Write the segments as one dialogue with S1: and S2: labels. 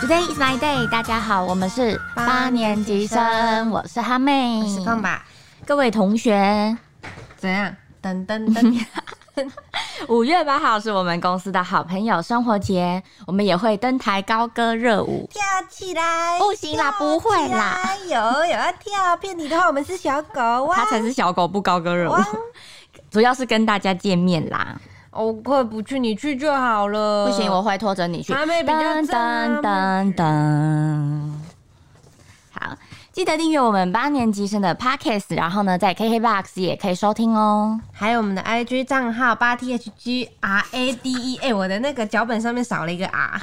S1: Today is my day，大家好，我们是八
S2: 八
S1: 年
S2: 年
S1: 级
S2: 级生
S1: 生，我是哈妹，
S2: 我是胖吧？
S1: 各位同学，
S2: 怎样？噔噔
S1: 嗯
S2: 噔，
S1: 五月八号是我们公司的好朋友生活节，我们也会登台高歌热舞。
S2: 跳 起来！
S1: 不哦行啦
S2: 跳
S1: 不会啦
S2: 起来！有有要跳，骗你的话，我们是小狗啊
S1: 他
S2: 哇！
S1: 才是小狗不高歌热舞
S2: 哇，
S1: 主要是跟大家见面啦。
S2: 哦我快不去，你去就好了。
S1: 不行，我会拖着你去。
S2: 阿呃妹比较正啊
S1: 噔噔。好，记得订阅我们八年级生的 Podcast，然后呢，在 KKBox 也可以收听 哦。
S2: 还有我们的 IG 账号八 T H G R A D E，哎、我的那个脚本上面少了一个 R。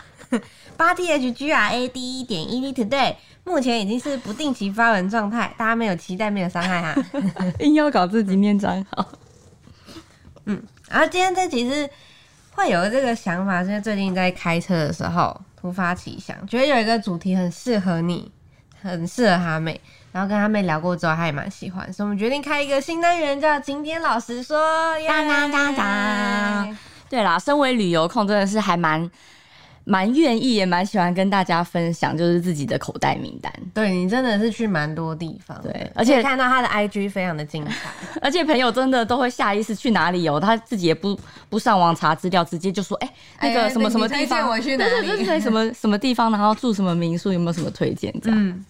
S2: 八 T H G R A D E 点 E D Today，目前已经是不定期发文状态，大家没有期待，没有伤害哈。
S1: 硬要搞自己念账号，
S2: 然后嗯啊今天这集是会有这个想法，是因为最近在开车的时候突发奇想，觉得有一个主题很适合你，很适合哈妹。然后跟哈妹聊过之后，她也蛮喜欢，所以我们决定开一个新单元，叫“今天老实说”耶。
S1: 当当当当对啦，身为旅游控，真的是还蛮蛮愿意，也蛮喜欢跟大家分享，就是自己的口袋名单。
S2: 对你真的是去蛮多地方的，
S1: 对而且
S2: 可以看到她的 IG 非常的精彩。
S1: 而且朋友真的都会下意识去哪里游，他自己也不不上网查资料，直接就说：“哎、那
S2: 哎
S1: 个什么
S2: 你
S1: 什么
S2: 你推
S1: 地方，
S2: 荐我去哪
S1: 对
S2: 里
S1: 对对对，什么什么地方，然后住什么民宿，有没有什么推荐？”这样、
S2: 嗯，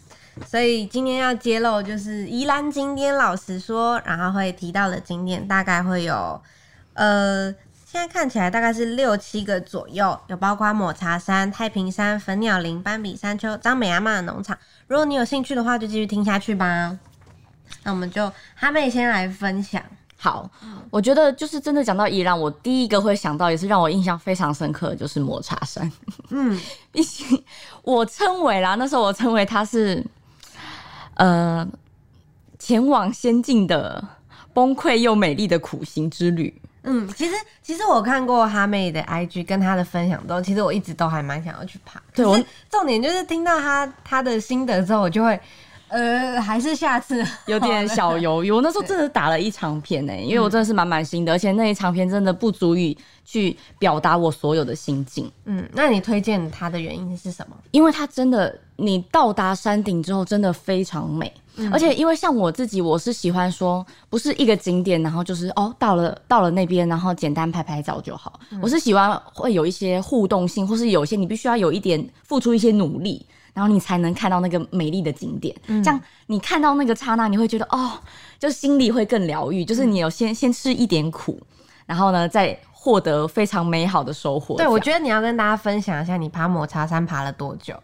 S2: 所以今天要揭露就是宜兰景点，老实说，然后会提到的景点大概会有，呃，现在看起来大概是六七个左右，有包括抹茶山、太平山、粉鸟林、斑比山丘、张美阿妈的农场。如果你有兴趣的话，就继续听下去吧。那我们就哈妹先来分享，
S1: 好，
S2: 嗯
S1: 我觉得就是真的讲到宜兰，我第一个会想到也是让我印象非常深刻，的就是抹茶山。
S2: 嗯，
S1: 毕竟我称为啦，那时候我称为它是，呃，前往仙境的崩溃又美丽的苦行之旅。
S2: 嗯，其实其实我看过哈妹的 IG 跟她的分享之后，其实我一直都还蛮想要去爬。
S1: 对
S2: 可是
S1: 我
S2: 重点就是听到她她的心得之后，我就会，呃，还是下次
S1: 有点小犹豫。我那时候真的打了一长篇呢、因为我真的是满满心的，而且那一长篇真的不足以去表达我所有的心境，
S2: 嗯，那你推荐它的原因是什么？
S1: 因为它真的，你到达山顶之后真的非常美。
S2: 嗯
S1: 而且，因为像我自己，我是喜欢说，不是一个景点，然后就是哦，到了到了那边，然后简单拍拍照就好。
S2: 嗯
S1: 我是喜欢会有一些互动性，或是有一些你必须要有一点付出一些努力，然后你才能看到那个美丽的景点。
S2: 嗯
S1: 这样你看到那个刹那，你会觉得哦，就心里会更疗愈，就是你有先、先吃一点苦，然后呢，再获得非常美好的收获。
S2: 对，我
S1: 这样
S2: 觉得你要跟大家分享一下，你爬抹茶山爬了多久？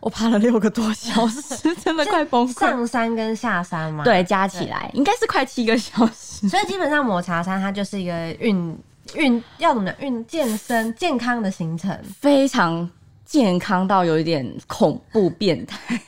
S1: 我爬了六个多小时，真的快崩溃。
S2: 上山跟下山 吗？，
S1: 对，加起来应该是快七个小时。
S2: 所以基本上抹茶山它就是一个运运要怎么讲运健身健康的行程，
S1: 非常健康到有一点恐怖变态。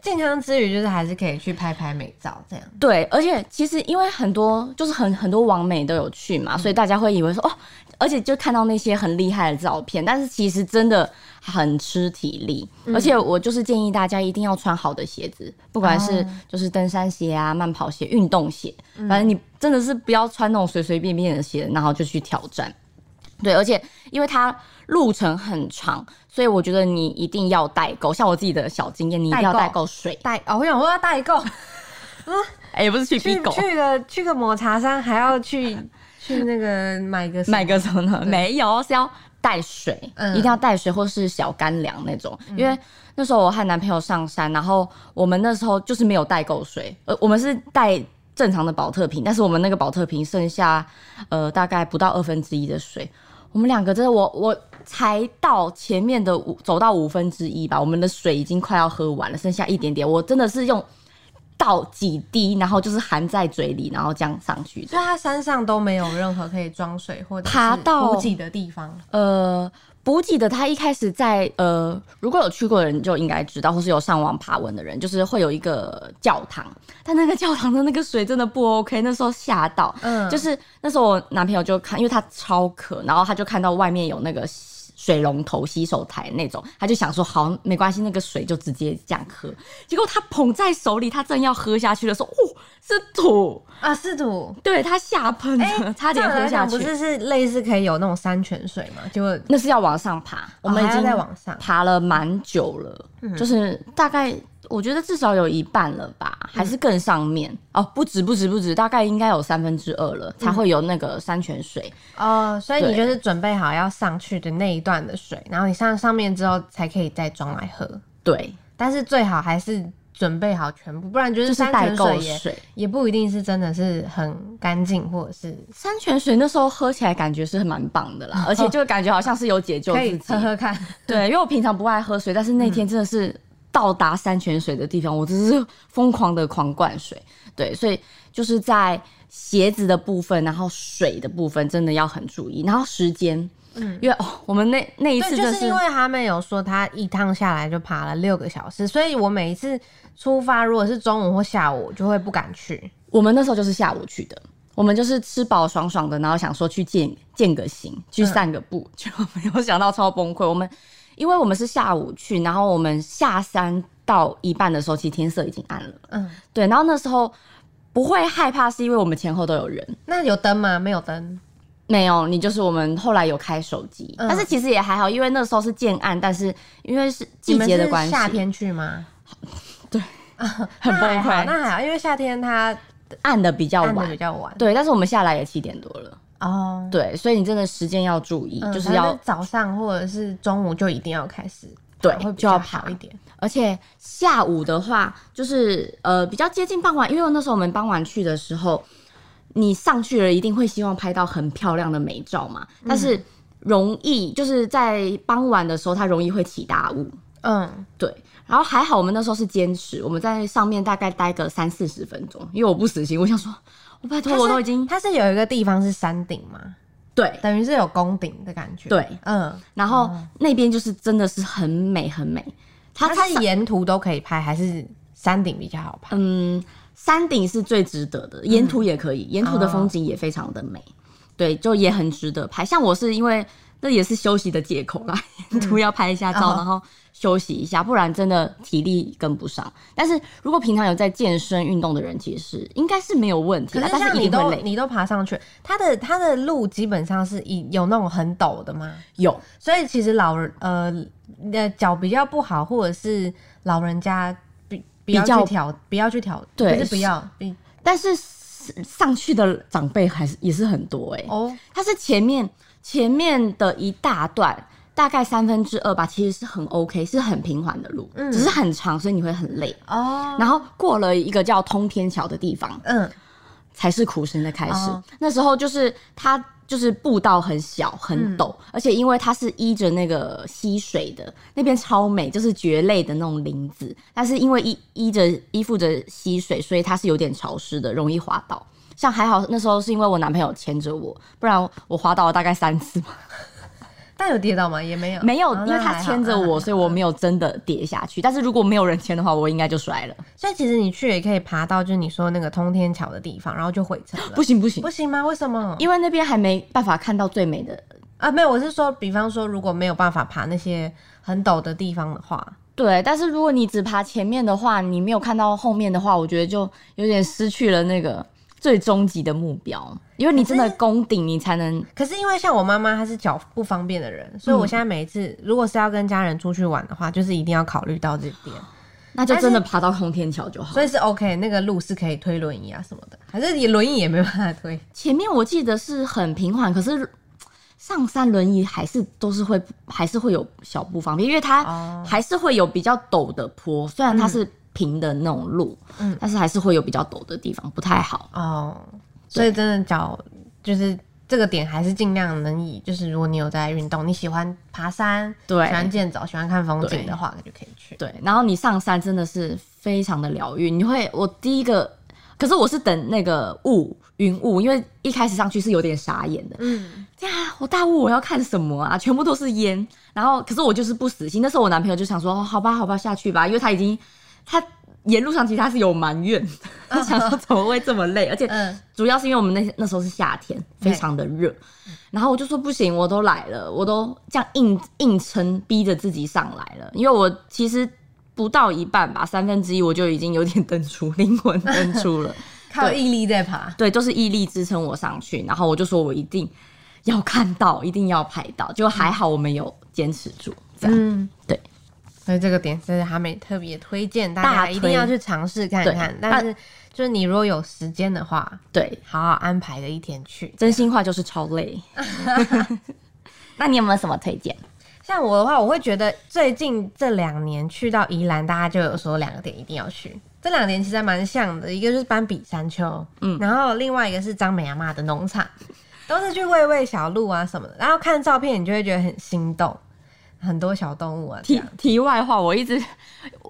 S2: 健康之余就是还是可以去拍拍美照这样。
S1: 对，而且其实因为很多就是很很多网美都有去嘛，所以大家会以为说哦，而且就看到那些很厉害的照片，但是其实真的很吃体力。而且我就是建议大家一定要穿好的鞋子，不管是就是登山鞋啊、慢跑鞋、运动鞋，反正你真的是不要穿那种随随便便的鞋，然后就去挑战。对，而且因为它路程很长，所以我觉得你一定要代购。像我自己的小经验，你一定要
S2: 代
S1: 代
S2: 购
S1: 购水，
S2: 代哦，我想说要代购。
S1: 哎、不是去逼
S2: 去
S1: 狗，
S2: 去个去个抹茶山，还要 去去那个买个什么
S1: 买个什么呢？没有，是要带水，
S2: 嗯
S1: 一定要带水或是小干粮那种。因为那时候我和男朋友上山，然后我们那时候就是没有带够水，呃，我们是带正常的保特瓶，但是我们那个保特瓶剩下呃大概不到二分之一的水。我们两个真的，我我才到前面的五，走到五分之一吧，我们的水已经快要喝完了，剩下一点点。我真的是用倒几滴，然后就是含在嘴里，然后这样上去的。
S2: 所以它山上都没有任何可以装水或者是
S1: 爬到
S2: 补给的地方。
S1: 呃，补给的他一开始在呃，如果有去过的人就应该知道，或是有上网爬文的人，就是会有一个教堂，但那个教堂的那个水真的不 OK，那时候吓到，
S2: 嗯，
S1: 就是那时候我男朋友就看，因为他超渴，然后他就看到外面有那个。水龙头、洗手台那种，他就想说好没关系，那个水就直接这样喝。结果他捧在手里，他正要喝下去的时候，哦，是土，
S2: 啊，是土。
S1: 对他吓喷了，差点
S2: 照
S1: 喝
S2: 理哎来
S1: 下
S2: 讲
S1: 去。
S2: 不是是类似可以有那种山泉水嘛？结果
S1: 那是要往上爬，我们已
S2: 哦还要
S1: 经
S2: 再往上
S1: 爬了蛮久了，
S2: 嗯
S1: 就是大概我觉得至少有一半了吧，
S2: 嗯
S1: 还是更上面哦，不止不止不止，大概应该有三分之二
S2: 嗯
S1: 了，才会有那个山泉水。
S2: 哦，所以你
S1: 对
S2: 就是准备好要上去的那一段的水，然后你上上面之后才可以再装来喝。
S1: 对，
S2: 但是最好还是准备好全部，不然就
S1: 就是是
S2: 山
S1: 代
S2: 泉
S1: 购
S2: 水也
S1: 水。
S2: 也不一定是真的是很干净，或者是
S1: 山泉水那时候喝起来感觉是蛮棒的 啦，而且就感觉好像是有解救
S2: 可
S1: 自
S2: 以
S1: 己
S2: 喝。喝看。
S1: 对，因为我平常不爱喝水，但是那
S2: 嗯
S1: 天真的是到达山泉水的地方，我只是疯狂的狂灌水。对，所以就是在鞋子的部分，然后水的部分真的要很注意，然后时间，嗯，因为哦，我们那那一次
S2: 对，
S1: 真
S2: 就
S1: 的
S2: 是因为他们有说他一趟下来就爬了六个小时，所以我每一次出发，如果是中午或下午，我就会不敢去。
S1: 我们那时候就是下午去的，我们就是吃饱爽爽的，然后想说去健健个行，
S2: 嗯
S1: 去散个步，结果没有想到超崩溃。我们因为我们是下午去，然后我们下山到一半的时候，其实天色已经暗了。
S2: 嗯，
S1: 对，然后那时候不会害怕，是因为我们前后都有人。
S2: 那有灯吗？没有灯。
S1: 没有，你就是我们后来有开手机，
S2: 嗯
S1: 但是其实也还好，因为那时候是渐暗，但是因为是季节的关系，
S2: 你们是夏天去吗？
S1: 很崩
S2: 那还啊好
S1: 溃，
S2: 那还好，因为夏天它
S1: 暗的比较
S2: 暗的
S1: 晚
S2: 比。较晚。
S1: 对，但是我们下来也七点多了，
S2: 哦，
S1: 对，所以你真的时间要注意，
S2: 嗯
S1: 就是要
S2: 反正早上或者是中午就一定要开始爬，
S1: 对
S2: 会比
S1: 就要
S2: 较
S1: 爬
S2: 好一点。
S1: 而且下午的话，就是呃比较接近傍晚，因为那时候我们傍晚去的时候，你上去了一定会希望拍到很漂亮的美照嘛，
S2: 嗯
S1: 但是容易就是在傍晚的时候，它容易会起大雾。
S2: 嗯，
S1: 对，然后还好我们那时候是坚持，我们在上面大概待个三四十分钟，因为我不死心，我想说，我拜托
S2: 它
S1: 我
S2: 是
S1: 都已经
S2: 它是有一个地方是山顶嘛，
S1: 对
S2: 等于是有宫顶的感觉。，
S1: 对，
S2: 嗯，
S1: 然后那边就是真的是很美很美，它
S2: 它
S1: 它
S2: 是沿途都可以拍，还是山顶比较好拍？
S1: 嗯，山顶是最值得的，沿途也可以，沿途的风景也非常的美，对，就也很值得拍。像我是因为那也是休息的借口啦，
S2: 嗯
S1: 沿途要拍一下照，
S2: 哦
S1: 然后休息一下，不然真的体力跟不上。但是如果平常有在健身运动的人，其实应该是没有问题
S2: 可
S1: 啦
S2: 是，
S1: 但
S2: 像
S1: 是一
S2: 你
S1: 定
S2: 都
S1: 会累。
S2: 你都爬上去，它的它的路基本上是以有那种很陡的吗？
S1: 有
S2: 所以其实老人呃呃脚比较不好，或者是老人家比不要
S1: 比较
S2: 去调，不要去调，
S1: 对
S2: 不是不要，比
S1: 但是上去的长辈还是也是很多哎、
S2: 哦
S1: 它是前面前面的一大段，大概三分之二吧，其实是很 OK，是很平缓的路，
S2: 嗯
S1: 只是很长，所以你会很累。
S2: 哦，
S1: 然后过了一个叫通天桥的地方，
S2: 嗯，
S1: 才是苦行的开始。
S2: 哦
S1: 那时候就是它就是步道很小很陡，而且因为它是依着那个溪水的，那边超美，就是蕨类的那种林子。但是因为依依着依附着溪水，所以它是有点潮湿的，容易滑倒。像还好那时候是因为我男朋友牵着我，不然我滑倒了大概三次吧。
S2: 但有跌倒吗？也没有，
S1: 没有，
S2: 哦
S1: 因为
S2: 那还
S1: 他
S2: 好
S1: 牵着
S2: 那还
S1: 我，
S2: 好
S1: 所以我没有真的跌下去。但是如果没有人牵的话，我应该就摔了。
S2: 所以其实你去也可以爬到，就是你说那个通天桥的地方，然后就回程了。
S1: 不行不行
S2: 不，行吗？为什么？
S1: 因为那边还没办法看到最美的
S2: 啊，没有，我是说，比方说，如果没有办法爬那些很陡的地方的话，
S1: 对，但是如果你只爬前面的话，你没有看到后面的话，我觉得就有点失去了那个最终极的目标，因为你真的攻顶，你才能
S2: 可是因为像我妈妈她是脚不方便的人，所以我现在每一次如果是要跟家人出去玩的话，就是一定要考虑到这点，
S1: 那就真的爬到空天桥就好。
S2: 所以是 OK，那个路是可以推轮椅啊什么的，还是你轮椅也没办法推，
S1: 前面我记得是很平缓，可是上山轮椅还是都是会还是会有小不方便，因为它
S2: 哦
S1: 还是会有比较陡的坡，虽然它是平的那种路，
S2: 嗯
S1: 但是还是会有比较陡的地方，不太好。
S2: 哦，所以真的脚就是这个点还是尽量能以，就是如果你有在运动，你喜欢爬山，
S1: 对
S2: 喜欢健走，喜欢看风景
S1: 对
S2: 的话，就可以去。
S1: 对，然后你上山真的是非常的疗愈，你会我第一个，可是我是等那个雾云雾，因为一开始上去是有点傻眼的，
S2: 嗯，
S1: 呀，我大雾我要看什么啊？全部都是烟，然后可是我就是不死心，那时候我男朋友就想说，哦好吧好吧下去吧，因为他已经他沿路上其实他是有埋怨，他想说怎么会这么累，而且
S2: 嗯
S1: 主要是因为我们那那时候是夏天，非常的热，然后我就说不行，我都来了，我都这样硬硬撑，逼着自己上来了，因为我其实不到一半吧，三分之一我就已经有点登出，灵魂登出了，
S2: 靠毅力在爬。
S1: 对，就是毅力支撑我上去，然后我就说我一定要看到，一定要拍到，就还好我们有坚持住，这样、
S2: 嗯，
S1: 对。
S2: 所以这个点真的还没特别推荐大
S1: 大
S2: 家，
S1: 推
S2: 一定要去尝试看看
S1: 对。啊
S2: 但是就是你如果有时间的话，
S1: 对，
S2: 好好安排个一天去。
S1: 真心话就是超累。 那你有没有什么推荐？
S2: 像我的话，我会觉得最近这两年去到宜兰，大家就有说两个点一定要去。这两年其实还蛮像的，一个就是斑比山丘，嗯，然后另外一个是张美阿妈的农 场，都是去喂喂小鹿啊什么的。然后看照片，你就会觉得很心动，很多小动物啊这
S1: 题
S2: 样。
S1: 题外话，我一直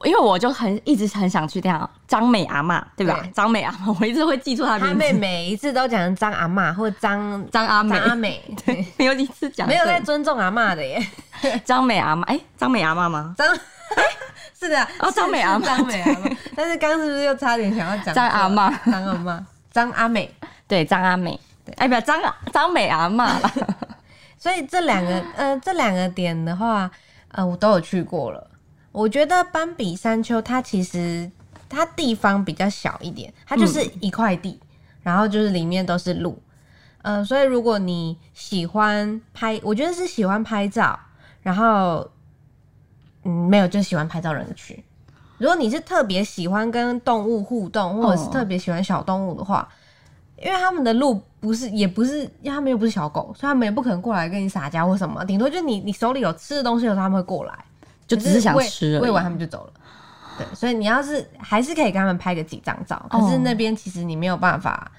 S1: 因为我就很一直很想去这样张美阿嬷，对吧
S2: 对？
S1: 张美阿嬷，我一直会记住她的
S2: 他
S1: 名
S2: 妹
S1: 字，
S2: 每一次都讲成张阿妈或张
S1: 张阿
S2: 张
S1: 美。
S2: 阿 美，对，
S1: 没有几次讲
S2: 没有在
S1: 对
S2: 尊重阿妈的耶。
S1: 张美阿嬷，哎、张美阿嬷吗？
S2: 张， 是的，
S1: 哦
S2: 是
S1: 张美阿嬷
S2: 是张美 阿嬷。但是刚刚是不是又差点想要讲
S1: 张阿嬷
S2: 错张阿嬷，张阿美？
S1: 对，张阿美。哎，不，张张美阿嬷 啦。
S2: 所以这 两个呃，这两个点的话，呃，我都有去过了。我觉得斑比山丘它其实它地方比较小一点，它就是
S1: 嗯
S2: 一块地，然后就是里面都是路。呃，所以如果你喜欢拍，我觉得是喜欢拍照，然后嗯，没有就喜欢拍照人去。如果你是特别喜欢跟动物互动，或者是
S1: 哦
S2: 特别喜欢小动物的话，因为他们的路不是，也不是，因为他们又不是小狗，所以他们也不可能过来跟你撒娇或什么，顶多就是你你手里有吃的东西的时候，他们会过来，
S1: 就只是想
S2: 喂
S1: 吃而已
S2: 喂完他们就走了。对，所以你要是还是可以跟他们拍个几张照，可是
S1: 哦
S2: 那边其实你没有办法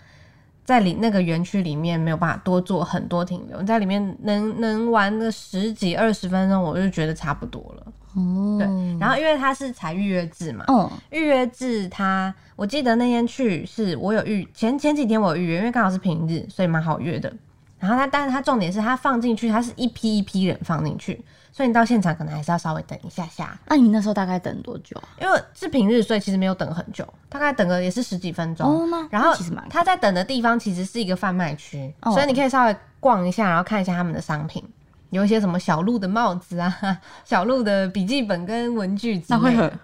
S2: 在里那个园区里面没有办法多做很多停留，你在里面能能玩个十几二十分钟，我就觉得差不多了。
S1: 哦
S2: 对，然后因为它是采预约制嘛，
S1: 嗯，
S2: 预约制它，我记得那天去是我有预前前几天我有预约，因为刚好是平日，所以蛮好约的。然后它，但是它重点是它放进去，它是一批一批人放进去，所以你到现场可能还是要稍微等一下下，
S1: 那你那时候大概等多久啊？
S2: 因为是平日，所以其实没有等很久，大概等个也是十几分钟。
S1: 哦，那
S2: 然后
S1: 那其实蛮
S2: 他在等的地方其实是一个贩卖区，
S1: 哦
S2: 所以你可以稍微逛一下，然后看一下他们的商品，有一些什么小鹿的帽子啊、 小鹿的笔记本跟文具之
S1: 那会
S2: 类的。
S1: 很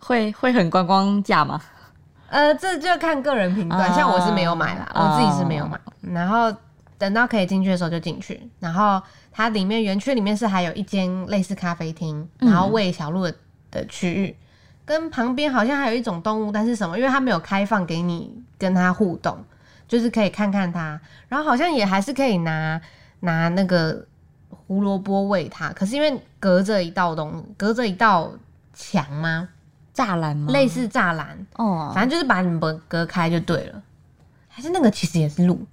S1: 会会很观光价吗？
S2: 呃，这就看个人评断，
S1: 啊
S2: 像我是没有买啦，
S1: 啊
S2: 我自己是没有买。然后等到可以进去的时候就进去，然后它里面园区里面是还有一间类似咖啡厅，
S1: 嗯
S2: 然后喂小鹿的的区域，跟旁边好像还有一种动物，但是什么？因为它没有开放给你跟它互动，就是可以看看它，然后好像也还是可以拿拿那个胡萝卜喂它，可是因为隔着一道东，隔着一道墙吗？
S1: 栅栏吗？
S2: 类似栅栏，
S1: 哦，
S2: 反正就是把你们隔开就对了。还是那个其实也是路，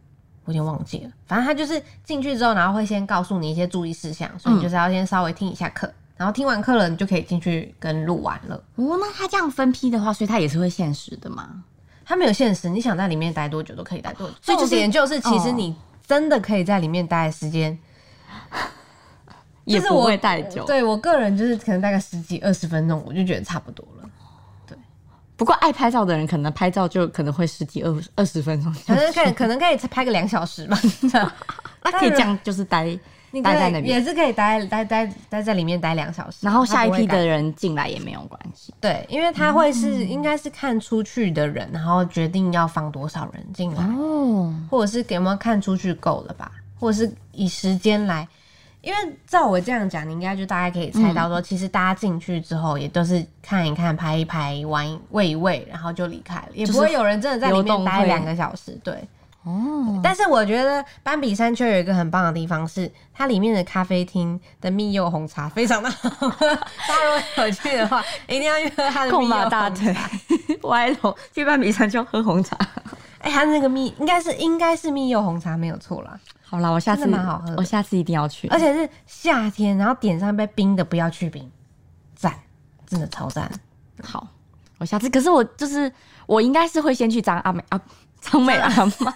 S2: 我有点忘记了。反正他就是进去之后，然后会先告诉你一些注意事项，所以
S1: 嗯
S2: 你就是要先稍微听一下课，然后听完课了，你就可以进去跟录完了。
S1: 哦，那他这样分批的话，所以他也是会限时的嘛？
S2: 它没有限时，你想在里面待多久都可以待多久。
S1: 所以就是
S2: 重点就是，其实
S1: 哦
S2: 你真的可以在里面待的时间，
S1: 也
S2: 就是我
S1: 不会带久。
S2: 对我个人就是可能大概十几二十分钟，我就觉得差不多了。
S1: 不过爱拍照的人，可能拍照就可能会十几二二十分 钟，
S2: 可能可 以可能可以拍个两小时吧。
S1: 那可以这样就是待
S2: 你可
S1: 待在那
S2: 以
S1: 边，
S2: 也是可以待待待待在里面待两小时，
S1: 然后
S2: 它
S1: 下一
S2: 不会
S1: 批
S2: 赶
S1: 的人进来也没有关系。
S2: 对，因为他会
S1: 嗯
S2: 是、应该是看出去的人，然后决定要放多少人进来，
S1: 哦，
S2: 或者是有没有看出去够了吧，或者是以时间来。因为照我这样讲，你应该就大概可以
S1: 嗯
S2: 猜到说，其实大家进去之后也都是看一看、拍一拍、玩一喂一喂，然后就离开了，也
S1: 就
S2: 不
S1: 是
S2: 会有人真的在里
S1: 流
S2: 面
S1: 动
S2: 待
S1: 会嗯
S2: 两个小时。对，
S1: 哦，
S2: 但是我觉得斑比山丘有一个很棒的地方是，它里面的咖啡厅的蜜柚红茶非常的好喝。 大家如果有去的话，一定要去喝它的蜜
S1: 控
S2: 柚
S1: 马
S2: 红
S1: 大
S2: 茶。
S1: 腿歪楼，去半米山丘喝红茶。
S2: 哎、它那个蜜应该是应该是蜜柚红茶没有错啦，
S1: 好啦，我下次
S2: 真的蛮好喝的
S1: 我下次一定要去。
S2: 而且是夏天，然后点上一杯冰的，不要去冰，赞，真的超赞。
S1: 好，我下次可是我就是我应该是会先去张阿美啊，张美阿 妈，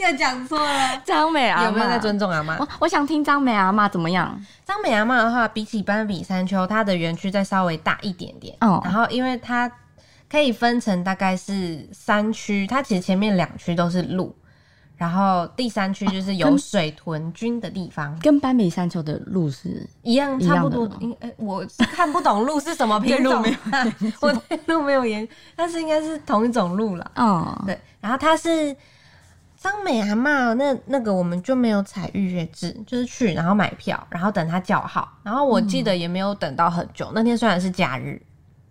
S2: 又讲错了，
S1: 张美阿妈
S2: 有没有在尊重阿妈？
S1: 我我想听张美阿妈怎么样？
S2: 张美阿妈的话，比起斑比山丘，它的园区再稍微大一点点。
S1: 哦
S2: 然后因为它可以分成大概是三区，它其实前面两区都是路，然后第三区就是有
S1: 跟
S2: 水豚菌的地方，
S1: 跟斑比山丘的路是
S2: 一样
S1: 一
S2: 差
S1: 样
S2: 不
S1: 的
S2: 多
S1: 吗。
S2: 应该、我是看不懂鹿是什么品
S1: 对鹿
S2: 种
S1: 没
S2: 啊，我对鹿没有研，但是应该是同一种鹿啦。
S1: 嗯，
S2: 对，然后它是张美阿嬷那那个我们就没有采预约制，就是去然后买票，然后等它叫号，然后我记
S1: 嗯
S2: 得也没有等到很久，那天虽然是假日，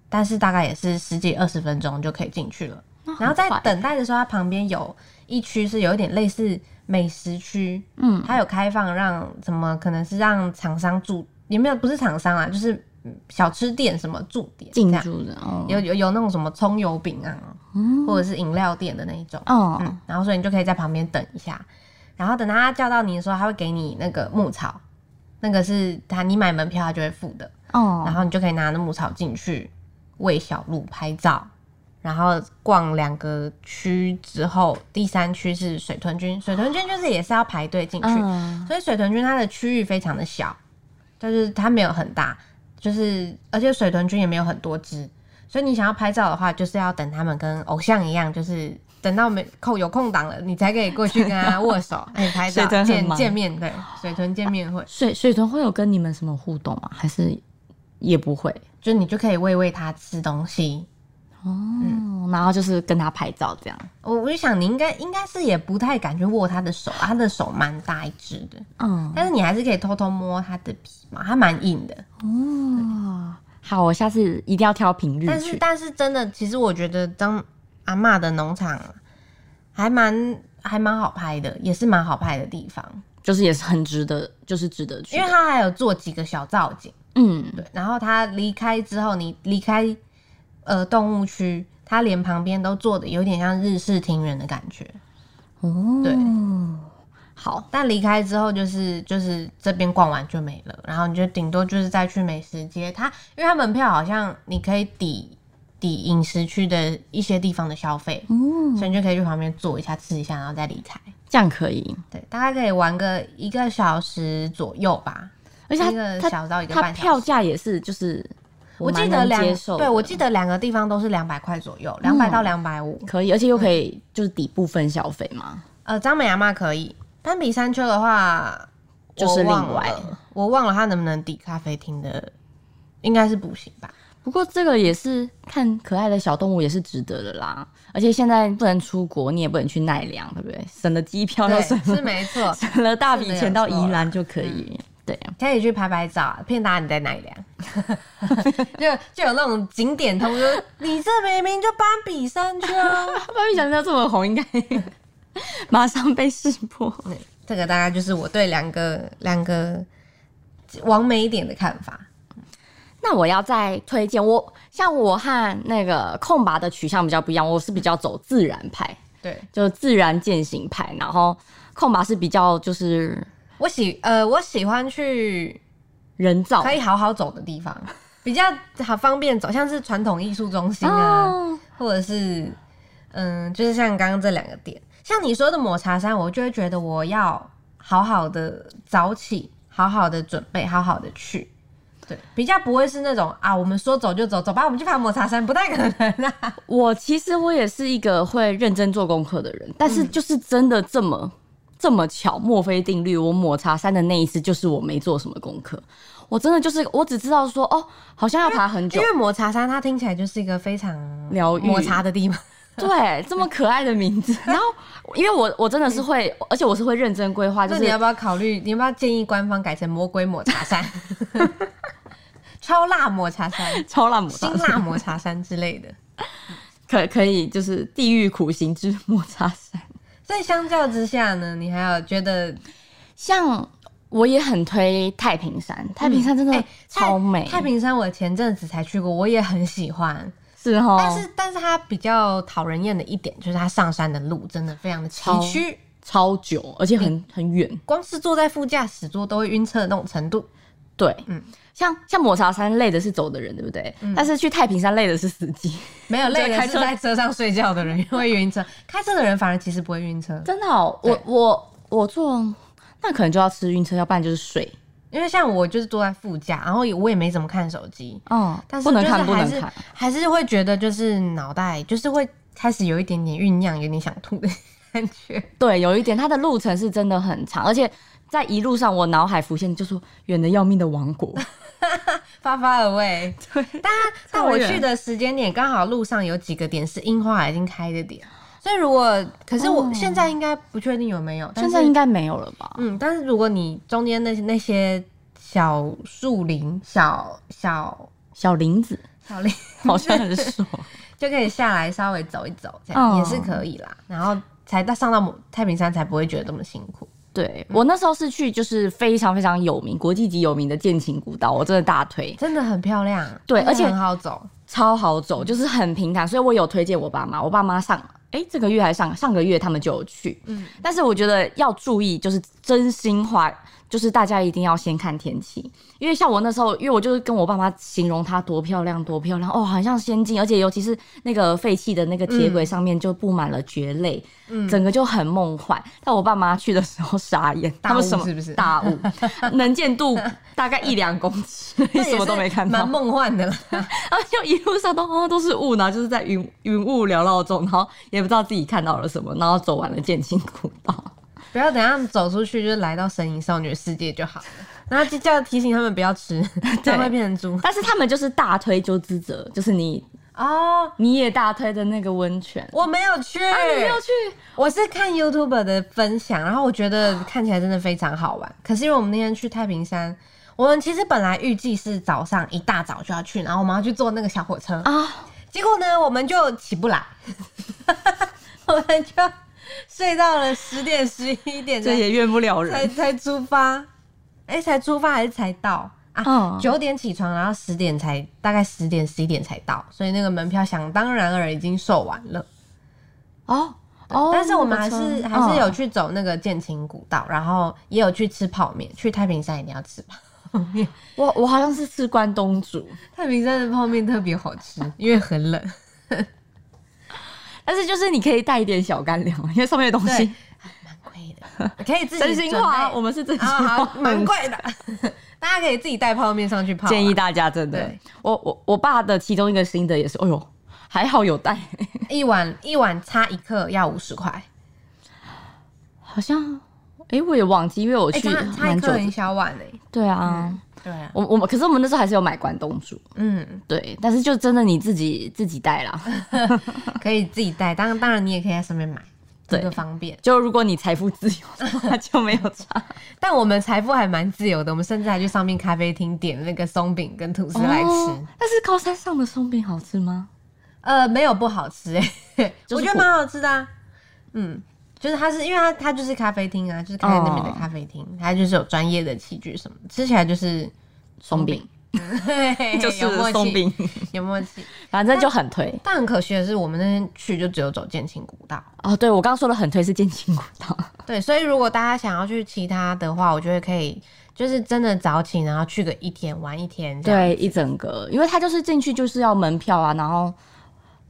S2: 但是大概也是十几二十分钟就可以进去了。
S1: 哦那很
S2: 然后在
S1: 快，
S2: 等待的时候，它旁边有一区是有一点类似美食区，
S1: 嗯，
S2: 它有开放让什么可能是让厂商驻，也没有不是厂商啊，就是嗯小吃店什么驻点这
S1: 进
S2: 样，
S1: 驻的，哦，
S2: 有有有那种什么葱油饼啊，
S1: 嗯
S2: 或者是饮料店的那一种，
S1: 哦
S2: 嗯，然后所以你就可以在旁边等一下，然后等他叫到你的时候，他会给你那个牧草，那个是他你买门票他就会付的，然
S1: 哦，
S2: 后你就可以拿那牧草进去喂小鹿拍照，然后逛两个区之后，第三区是水豚菌，水豚菌就是也是要排队进去，
S1: 嗯，
S2: 所以水豚菌它的区域非常的小，就是它没有很大，就是而且水豚菌也没有很多只，所以你想要拍照的话，就是要等他们跟偶像一样，就是等到没空有空档了，你才可以过去跟他握手，哎，拍照
S1: 水豚很
S2: 见
S1: 忙
S2: 见面，对，水豚见面会，
S1: 水水豚会有跟你们什么互动吗？还是也不会？
S2: 就你就可以喂喂它吃东西。
S1: 哦，然后就是跟他拍照这样。
S2: 我我就想你应该应该是也不太敢去握它的手，它的手蛮大一只的，
S1: 嗯，
S2: 但是你还是可以偷偷摸它的皮嘛，它蛮硬的。
S1: 哦，好，我下次一定要挑平日
S2: 但是
S1: 去。
S2: 但是真的，其实我觉得张阿嬷的农场还蛮还蛮好拍的，也是蛮好拍的地方，
S1: 就是也是很值得，就是值得去
S2: 因为。它还有做几个小造景。
S1: 嗯，
S2: 对，然后它离开之后，你离开呃动物区，它连旁边都做的有点像日式庭园的感觉。
S1: 哦，
S2: 对，
S1: 好，
S2: 但离开之后，就是就是这边逛完就没了，然后你就顶多就是再去美食街。它因为它门票好像你可以抵抵饮食区的一些地方的消费，
S1: 嗯，
S2: 所以你就可以去旁边坐一下、吃一下，然后再离开。
S1: 这样可以。
S2: 对，大概可以玩个一个小时左右吧，
S1: 而且
S2: 一个
S1: 它它
S2: 小到一个
S1: 它
S2: 半小
S1: 票
S2: 时。
S1: 价也是，就是
S2: 我记
S1: 蛮
S2: 得
S1: 能
S2: 两
S1: 接受的，嗯
S2: 对我记得两个地方都是两百块左右，两百到两百五。
S1: 可以，而且又可以就是抵部分消费嘛。
S2: 呃，张美阿妈可以，攀比山丘的话
S1: 就是
S2: 我忘
S1: 另外
S2: 了我忘了它能不能抵咖啡厅的，应该是不行吧？
S1: 不过这个也是看可爱的小动物也是值得的啦，而且现在不能出国，你也不能去奈良，对不对？省了机票又
S2: 对，
S1: 省
S2: 是
S1: 了，
S2: 没错
S1: 省了大笔
S2: 是没有
S1: 钱到
S2: 错
S1: 宜兰就可以。对啊，
S2: 可以去拍拍照，啊骗大家你在奈良， 就就有那种景点通说，你这明明就攀比山丘，
S1: 芭比想到这么红，应该 马上被识破。
S2: 嗯，这个大概就是我对两个两个完美一点的看法。
S1: 那我要再推荐我，像我和那个空白的取向比较不一样，我是比较走自然派，
S2: 对
S1: 就自然践行派，然后空白是比较就是
S2: 我喜呃，我喜欢去
S1: 人造。
S2: 可以好好走的地 方，比较好方便走，像是传统艺术中心啊，
S1: 哦，
S2: 或者是嗯，就是像刚刚这两个点，像你说的抹茶山，我就会觉得我要好好的早起，好好的准备，好好的去。对，比较不会是那种啊，我们说走就走，走吧，我们去爬抹茶山，不太可能啊。
S1: 我其实我也是一个会认真做功课的人，但
S2: 嗯
S1: 是就是真的这么、这么巧，墨菲定律，我抹茶山的那一次就是我没做什么功课，我真的就是我只知道说哦，好像要爬很久
S2: 因，为抹茶山它听起来就是一个非常
S1: 疗愈
S2: 抹茶的地方，
S1: 对，这么可爱的名字。然后，因为我我真的是会，而且我是会认真规划，就
S2: 嗯那
S1: 是
S2: 你要不要考虑？你要不要建议官方改成魔鬼抹茶 山、超辣抹茶山、
S1: 超烂抹
S2: 辛
S1: 茶，
S2: 辣抹茶山之类的？
S1: 可可以就是地狱苦行之抹茶山。
S2: 所以相较之下呢，你还有觉得
S1: 像我也很推太平山，太平山真的
S2: 哎
S1: 超美，
S2: 太太平山我前阵子才去过，我也很喜欢。
S1: 是哦，
S2: 但是，但是它比较讨人厌的一点就是它上山的路真的非常的崎
S1: 超
S2: 岖，
S1: 超久，而且很很远。
S2: 光是坐在副驾驶座都会晕车的那种程度。
S1: 对，
S2: 嗯
S1: 像像抹茶山累的是走的人，对不对？但是去太平山累的是司 机，
S2: 没有累
S1: 就
S2: 的
S1: 开
S2: 是
S1: 车
S2: 在车上睡觉的人也会晕 车，开车的人反而其实不会晕车。
S1: 真的、哦，我我我坐那可能就要吃晕车，要不然就是睡。
S2: 因为像我就是坐在副驾，然后也我也没怎么看手机，
S1: 嗯，
S2: 但是
S1: 不能
S2: 就是
S1: 看，不
S2: 还
S1: 能
S2: 是
S1: 看。
S2: 还是会觉得就是脑袋就是会开始有一点点酝酿，有点想吐的感觉。
S1: 对，有一点，它的路程是真的很长，而且在一路上，我脑海浮现就说远的要命的王国，
S2: 发发而未，
S1: 对，
S2: 但我去
S1: 的
S2: 的时间点刚好路上有几个点是樱花已经开的点，所以如果可是我
S1: 哦
S2: 现在应该不确定有没有，但
S1: 现
S2: 是
S1: 在应该没有了吧？
S2: 嗯，但是如果你中间那些那些小树林、小小
S1: 小林 子
S2: 小林，
S1: 好像很熟，
S2: 就可以下来稍微走一走，这样、
S1: 嗯
S2: 也是可以啦。然后才到上到某太平山才不会觉得这么辛苦。
S1: 对我那时候是去就是非常非常有名、国际级有名的剑琴古道，我真的大推，
S2: 真的很漂亮，
S1: 对
S2: 真的
S1: 而且
S2: 很好走。
S1: 超好
S2: 嗯
S1: 走，就是很平坦，所以我有推荐我爸妈，我爸妈上哎、这个月还上上个月他们就有去，
S2: 嗯
S1: 嗯，但是我觉得要注意，就是真心话，就是大家一定要先看天气，因为像我那时候，因为我就是跟我爸妈形容它多漂亮多漂亮哦，很像仙境，而且尤其是那个废弃的那个铁轨上面就布满了蕨类，
S2: 嗯
S1: 整个就很梦幻。但我爸妈去的时候傻眼，
S2: 大
S1: 他们
S2: 雾
S1: 什么
S2: 是不是
S1: 大 雾，能见度大概一两公尺，
S2: 那也
S1: 什么都没看
S2: 是
S1: 到
S2: 蛮，梦幻的啦。
S1: 然后就一路上都哦都是雾，然后就是在云云雾缭绕中，然后也不知道自己看到了什么，然后走完了剑青古道。
S2: 不要等一下走出去就来到神隐少女的世界就好了。然后就叫提醒他们不要 吃，这样会变成猪
S1: 但是他们就是大推鸠之泽，就是你
S2: 哦。
S1: 你也大推的那个温泉。
S2: 我没有去，
S1: 啊，你没有去？
S2: 我是看 YouTube 的分享，然后我觉得看起来真的非常好玩。可是因为我们那天去太平山，我们其实本来预计是早上一大早就要去，然后我们要去坐那个小火车，
S1: 啊，
S2: 结果呢我们就起不来， 我们就睡到了十点十一点
S1: 这
S2: 才
S1: 也怨不了
S2: 才
S1: 人。
S2: 才出发，哎、才出发还是才到啊？
S1: 嗯
S2: 九、点起床，然后十点才大概十点十一点才到，所以那个门票想当然而已经售完了。
S1: 哦哦
S2: 但是我们还是、
S1: 那个车
S2: 还是有
S1: 嗯
S2: 去走那个剑琴古道，然后也有去吃泡面，去太平山一定要吃泡面。
S1: 我我好像是吃关东煮，
S2: 太平山的泡面特别好吃， 因为很冷。
S1: 但是就是你可以带一点小干粮， 因为上面的东
S2: 对
S1: 西，
S2: 蛮贵的，可以自 己
S1: 真心话，我
S2: 们
S1: 们是真心
S2: 啊
S1: 话
S2: 好， 蛮贵的，大家可以自己带泡面上去泡 啊。
S1: 建议大家真的
S2: 对，
S1: 我我我爸的其中一个心得也是，哎呦，还好有带，
S2: 一碗一碗差一克要五十块，
S1: 好像，哎、我也忘记，因为我
S2: 哎、
S1: 去
S2: 差差一
S1: 蛮久
S2: 克
S1: 的。
S2: 很小碗哎、
S1: 对啊，
S2: 对啊，
S1: 我我们可是我们那时候还是有买关东煮，
S2: 嗯，
S1: 对，但是就真的你自己自己带啦。
S2: 可以自己带，当然当然你也可以在上面买，这
S1: 对
S2: 个方便。
S1: 就如果你财富自由的话，就没有 差。
S2: 但我们财富还蛮自由的，我们甚至还去上面咖啡厅点那个松饼跟吐司来吃。
S1: 哦但是高山上的松饼好吃吗？
S2: 呃，没有不好吃、欸，
S1: 就是
S2: 我觉得
S1: 苦
S2: 蛮好吃的、啊。嗯，就是它是因为它它就是咖啡厅啊，就是开在那边的
S1: 哦
S2: 咖啡厅，它就是有专业的器具什么，吃起来就是
S1: 松饼 就是
S2: 有默契
S1: 松 饼，
S2: 有默契。
S1: 反正就很推
S2: 但很可惜的是，我们那天去就只有走剑青古道。
S1: 哦。对我刚刚说的很推是剑青古 道，
S2: 对，所以如果大家想要去其他的话，我觉得可以就是真的早起，然后去个一天玩一天这样。
S1: 对，一整个，因为它就是进去就是要门票啊，然后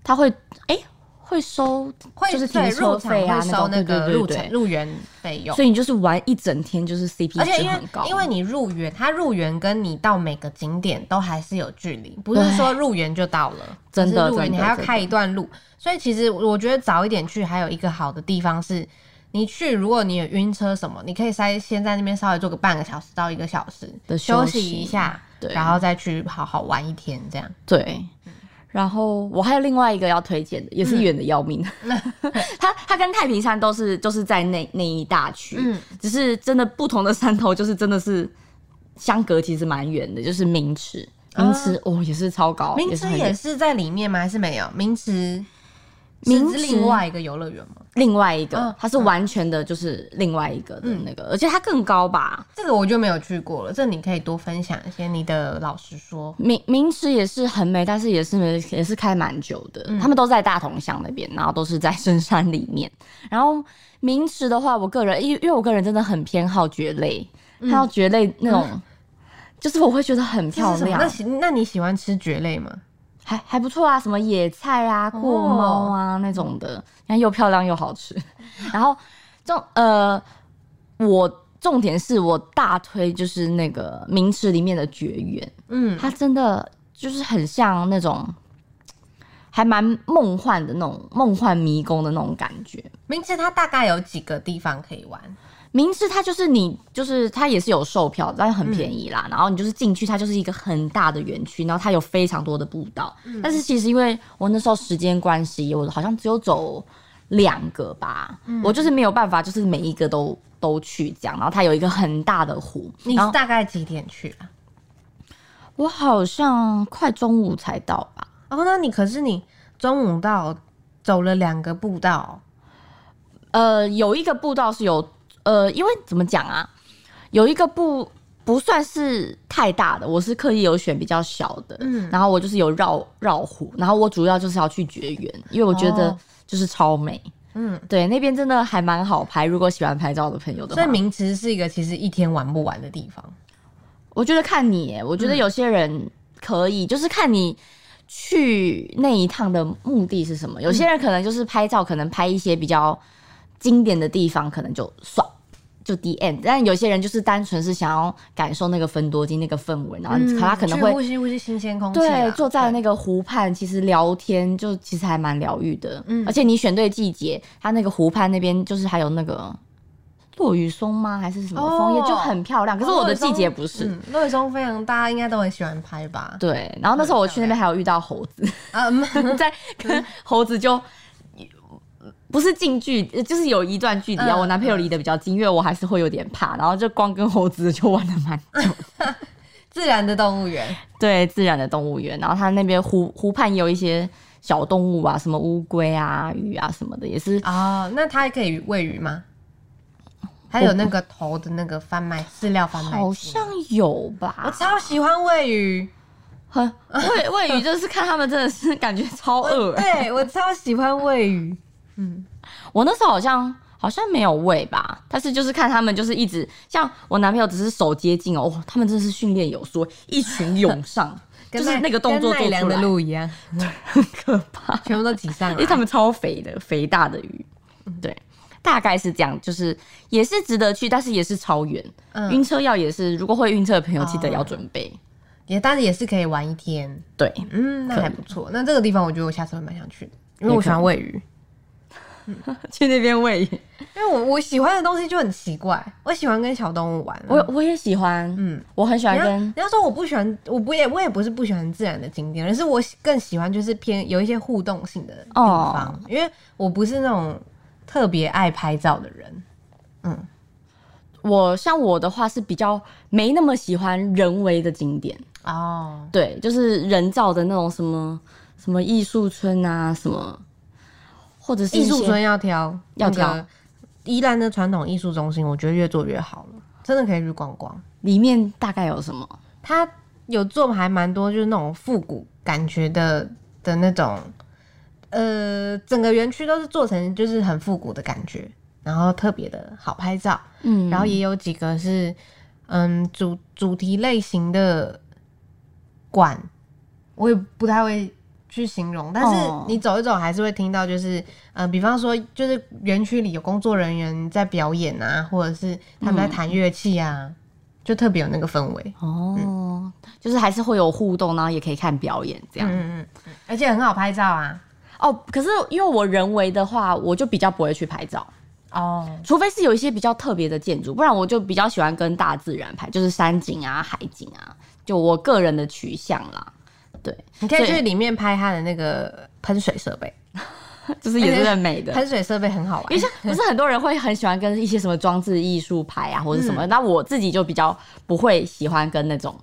S1: 他会哎、会收，
S2: 会
S1: 就是
S2: 对
S1: 停
S2: 入
S1: 车
S2: 场
S1: 费啊
S2: 会收那
S1: 那种对
S2: 个
S1: 对对
S2: 入
S1: 对
S2: 场入园费用，
S1: 所以你就是玩一整天，就是 CP
S2: 而且
S1: 值
S2: 因为
S1: 很高。
S2: 因为你入园，它入园跟你到每个景点都还是有距离，不是
S1: 对
S2: 说入园就到了，
S1: 真的
S2: 就是入园
S1: 真
S2: 你
S1: 的
S2: 还要
S1: 真的
S2: 开一段路，所以其实我觉得早一点去还有一个好的地方是。你去，如果你有晕车什么，你可以先先在那边稍微坐个半个小时到一个小时
S1: 的
S2: 休
S1: 休
S2: 息
S1: 息
S2: 一下，
S1: 对
S2: 然后再去好好玩一天这样。
S1: 对，然后我还有另外一个要推荐的，也
S2: 嗯
S1: 是远的要命。 它它跟太平山都是就是在那那一大区，
S2: 嗯
S1: 只是真的不同的山头，就是真的是相隔其实蛮远的，就是明池。
S2: 啊
S1: 明池、哦，也是超高，
S2: 明
S1: 是
S2: 池
S1: 很
S2: 也
S1: 远
S2: 是在里面吗？还是没有？明池是
S1: 明
S2: 另
S1: 池
S2: 外一个游乐园吗？
S1: 另外一个、
S2: 嗯
S1: 它是完全的，就是另外一个的那个，而且它更高吧。
S2: 这个我就没有去过了，这你可以多分享一些你的老实说。
S1: 明明池也是很美，但是也是也是开蛮久的。
S2: 嗯
S1: 他们都在大同乡那边，然后都是在深山里面。然后明池的话，我个人因因为我个人真的很偏好蕨类，看到蕨类那种，就是我会觉得很
S2: 嗯啊这
S1: 漂
S2: 是什么？那
S1: 亮，
S2: 喜那你喜欢吃蕨类吗？
S1: 还还不错啊，什么野菜啊、
S2: 哦
S1: 过猫啊、那 种的，然后又漂亮又好吃。然后这种呃，我重点是我大推就是那个名池里面的绝缘，
S2: 嗯，
S1: 它真的就是很像那种。还蛮梦幻的那种梦幻迷宫的那种感觉。
S2: 名次它大概有几个地方可以玩？
S1: 明治它就是你，就是它也是有售票，但是很便宜
S2: 嗯
S1: 啦。然后你就是进去，它就是一个很大的园区，然后它有非常多的步道。
S2: 嗯
S1: 但是其实因为我那时候时间关系，我好像只有走两个吧，
S2: 嗯
S1: 我就是没有办法，就是每一个都都去这样。然后它有一个很大的湖，
S2: 你
S1: 然
S2: 是
S1: 后
S2: 大概几点去啊？
S1: 我好像快中午才到吧。
S2: 哦，那你可是你中午到走了两个步道
S1: 呃，有一个步道是有，呃，因为怎么讲啊，有一个步不算是太大的，我是刻意有选比较小的，
S2: 嗯
S1: 然后我就是有绕绕湖，然后我主要就是要去绝缘，因为我觉得
S2: 哦
S1: 就是超美，
S2: 嗯，
S1: 对，那边真的还蛮好拍，如果喜欢拍照的朋友的
S2: 所以
S1: 话，
S2: 名池是一个其实一天玩不完的地方。
S1: 我觉得看你耶，我觉
S2: 嗯
S1: 得有些人可以，就是看你。去那一趟的目的是什么？有些人可能就是拍照，可能拍一些比较经典的地方，可能就算就 D N。但有些人就是单纯是想要感受那个芬多精那个氛围，然后
S2: 嗯
S1: 他可能
S2: 去
S1: 会
S2: 呼吸呼吸新鲜空气啊，
S1: 对，坐在
S2: 对
S1: 那个湖畔，其实聊天就其实还蛮疗愈的。
S2: 嗯
S1: 而且你选对季节，它那个湖畔那边就是还有那个落羽松吗？还是什么
S2: 哦
S1: 枫叶，就很漂亮。可是我的
S2: 哦
S1: 季节不是。
S2: 嗯落羽松非常大，家应该都很喜欢拍吧？
S1: 对，然后那时候我去那边还有遇到猴 子，
S2: 啊，嗯
S1: 在跟猴子就。不是近距，就是有一段距离啊。
S2: 嗯
S1: 我男朋友离得比较近，因为我还是会有点怕，然后就光跟猴子就玩的 蛮
S2: 自然的动物园，
S1: 对自然的动物园，然后它那边湖湖畔也有一些小动物啊，什么乌龟啊、鱼啊什么的，也是
S2: 哦，那它还可以喂鱼吗？它有那个头的那个贩卖饲料贩卖机吗，
S1: 好像有
S2: 我
S1: 吧。
S2: 超喜欢喂鱼，
S1: 很喂喂鱼，就是看他们真的是感觉超饿、欸。
S2: 对我超喜欢 喂鱼。嗯，
S1: 我那时候好像好像没有喂吧，但是就是看他们就是一直像我男朋友只是手接近哦，哇他们真的是训练有素，一群涌上，就
S2: 跟
S1: 是
S2: 奈
S1: 那个动作
S2: 跟
S1: 做
S2: 奈
S1: 出
S2: 良的
S1: 来
S2: 鹿 一样，
S1: 很可怕。
S2: 全部都挤上
S1: 因为他
S2: 来。
S1: 们超肥的，肥大的鱼，
S2: 嗯
S1: 对，大概是这样，就是也是值得去，但是也是超远，
S2: 嗯
S1: 晕、车药也是，如果会晕车的朋友
S2: 哦
S1: 记得要准备，
S2: 也但是也是可以玩一天。
S1: 对，
S2: 嗯，那
S1: 可以
S2: 还不错。那这个地方我觉得我下次会蛮想去的，因为我喜欢喂鱼。
S1: 去那边喂，
S2: 因为我我喜欢的东西就很奇怪，我喜欢跟小动物玩啊。
S1: 我我也喜欢，
S2: 嗯，
S1: 我很喜欢
S2: 你要
S1: 跟
S2: 你要说我不喜欢，我不也我也不是不喜欢自然的景点，而是我喜更喜欢就是偏有一些互动性的地
S1: 哦
S2: 方，因为我不是那种特别爱拍照的人。
S1: 我像我的话是比较没那么喜欢人为的景点，
S2: 哦，
S1: 对，就是人造的那种什么什么艺术村啊，什么或者是一
S2: 艺
S1: 些
S2: 术村要挑
S1: 要挑
S2: 那个宜兰的传统艺术中心，我觉得越做越好了，真的可以去逛逛。
S1: 里面大概有什么？
S2: 它有做还蛮多，就是那种复古感觉的的那种，呃，整个园区都是做成就是很复古的感觉，然后特别的好拍照，
S1: 嗯，
S2: 然后也有几个是嗯主主题类型的馆，我也不太会。去形容，但是
S1: 哦
S2: 你走一走还是会听到，就是，呃，比方说，就是园区里有工作人员在表演啊，或者是他们在弹乐器啊，就特别有那个氛围。
S1: 哦，就是还是会有互动，然后也可以看表演这样。
S2: 嗯嗯嗯，而且很好拍照啊。
S1: 哦，可是因为我人为的话，我就比较不会去拍照，
S2: 哦，
S1: 除非是有一些比较特别的建筑，不然我就比较喜欢跟大自然拍，就是山景啊、海景啊，就我个人的取向啦。对，
S2: 你可以
S1: 所
S2: 去里面拍它的那个喷水设备，
S1: 就是也是很美的。
S2: 喷水设备很好玩
S1: 因为。像不是很多人会很喜欢跟一些什么装置艺术拍啊，或者什么，那我自己就比较不会喜欢跟那种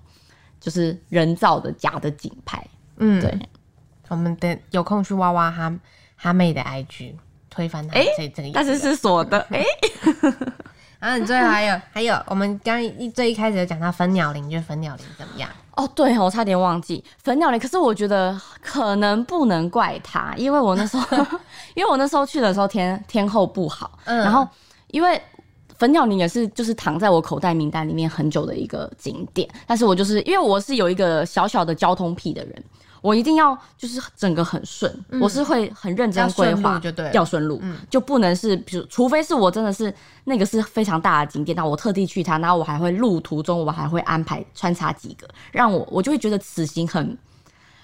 S1: 就是人造的假的景拍。
S2: 嗯，
S1: 对，，
S2: 我们等有空去挖挖哈哈妹的 IG，推翻她
S1: 诶
S2: 这这个意思。
S1: 但是是锁的，哎、
S2: 啊，你最后还有 还有，我们刚一最一开始有讲到粉鸟林，就是粉鸟林怎么样？
S1: 哦，对哦，我差点忘记粉鸟嘞。可是我觉得可能不能怪他，因为我那时 候，因为我那时候去的时候天天候不好，
S2: 嗯
S1: 然后因为粉鸟林也是就是躺在我口袋名单里面很久的一个景点，但是我就是因为我是有一个小小的交通癖的人，我一定要就是整个很顺，我是会很认
S3: 嗯
S1: 真
S3: 要顺
S1: 规
S3: 路
S1: 划，
S3: 就对了嗯
S1: 要顺路，就不能是，比如除非是我真的是那个是非常大的景点，那我特地去它，然后我还会路途中我还会安排穿插几个，让我我就会觉得此行很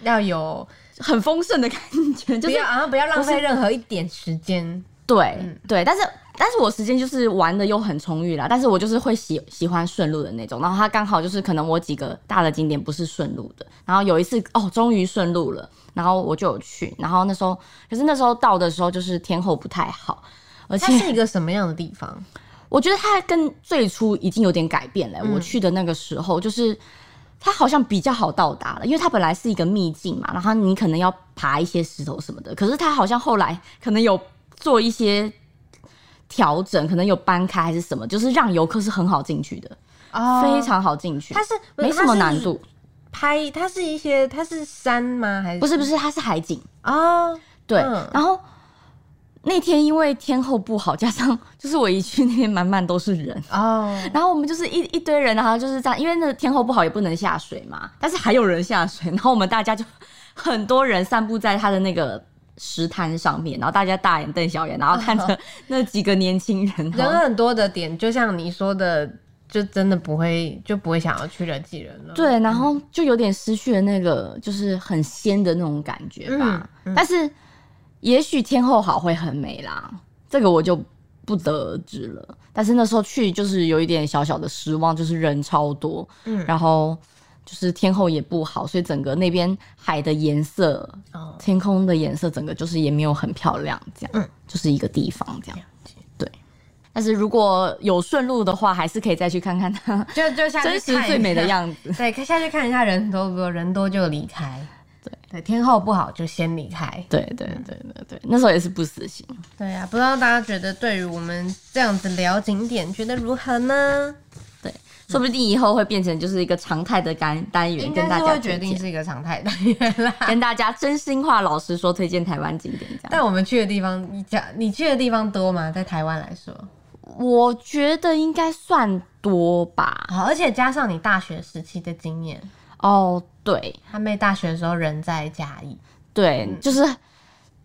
S3: 要有，
S1: 很丰盛的感觉，就
S3: 不
S1: 是
S3: 要啊，不要浪
S1: 不是
S3: 费任何一点时间。
S1: 对、对，但是但是我时间就是玩的又很充裕啦，但是我就是会喜喜欢顺路的那种，然后它刚好就是可能我几个大的景点不是顺路的，然后有一次哦终于顺路了，然后我就有去，然后那时候可是那时候到的时候就是天候不太好，而且
S3: 它是一个什么样的地方？
S1: 我觉得它跟最初已经有点改变了、
S2: 嗯
S1: 我去的那个时候，就是它好像比较好到达了，因为它本来是一个秘境嘛，然后你可能要爬一些石头什么的。可是它好像后来可能有做一些调整，可能有搬开还是什么，就是让游客是很好进去的，
S3: 哦
S1: 非常好进去。
S2: 它是不是
S1: 没什么
S2: 它是
S1: 难度，
S2: 拍它是一些它是山吗？还是
S1: 不是不是，它是海景。
S2: 哦？
S1: 对，
S2: 嗯
S1: 然后那天因为天候不好，加上就是我一去那天满满都是人。
S3: 哦，
S1: 然后我们就是一一堆人，然后就是这样，因为那天候不好也不能下水嘛，但是还有人下水，然后我们大家就很多人散步在他的那个石滩上面，然后大家大眼瞪小眼，然后看着那几个年轻人，然
S3: 人
S1: 后
S3: 很多的点，就像你说的，就真的不会就不会想要去人挤人了。，
S1: 对，然后就有点失去了那个就是很仙的那种感觉吧。
S3: 嗯
S1: 但是也许天后好会很美啦，这个我就不得而知了。但是那时候去就是有一点小小的失望，就是人超多，
S3: 嗯
S1: 然后就是天后也不好，所以整个那边海的颜色、
S3: 哦，
S1: 天空的颜色，整个就是也没有很漂亮，这样，
S3: 嗯
S1: 就是一个地方这样，对。但是如果有顺路的话，还是可以再去看看它
S3: 就就下去
S1: 真实
S3: 看一
S1: 最美的
S3: 下
S1: 样子。
S3: 对，可以下去看一下人多不多，人多就离开。
S1: 对
S3: 对，天后不好就先离开。
S1: 对对对对对，那时候也是不死心。
S3: 对啊，
S2: 不知道大家觉得对于我们这样子聊景点，觉得如何呢？
S1: 对，说不定以后会变成就是一个常态的单单元，
S3: 应
S1: 跟
S3: 该
S1: 大
S3: 是
S1: 家
S3: 会决
S1: 推
S3: 定
S1: 荐
S3: 是一个常态单元 啦。
S1: 跟大家真心话老实说，推荐台湾景点这样。
S3: 但我们去的地方，你讲你去的地方多吗？在台湾来说，
S1: 我觉得应该算多吧。
S3: 好，而且加上你大学时期的经验，
S1: 哦，对
S3: 他妹大学的时候人在嘉义，
S1: 对，就是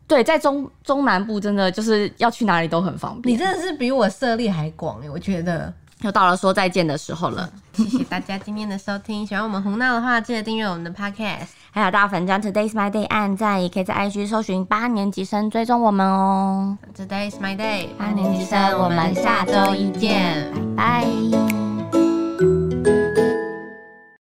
S1: 对，在中中南部真的就是要去哪里都很方便。
S3: 你真的是比我涉猎还广哎，我觉得。
S1: 又到了说再见的时候了。
S2: 谢谢大家今天的收听，喜欢我们胡闹的话，记得订阅我们的 podcast。
S1: 还有到哎粉专 Today's My Day 按赞，也可以在 IG 搜寻八年级生追踪我们哦。
S2: Today is my day，
S1: 八年级生我们下周一见，拜拜。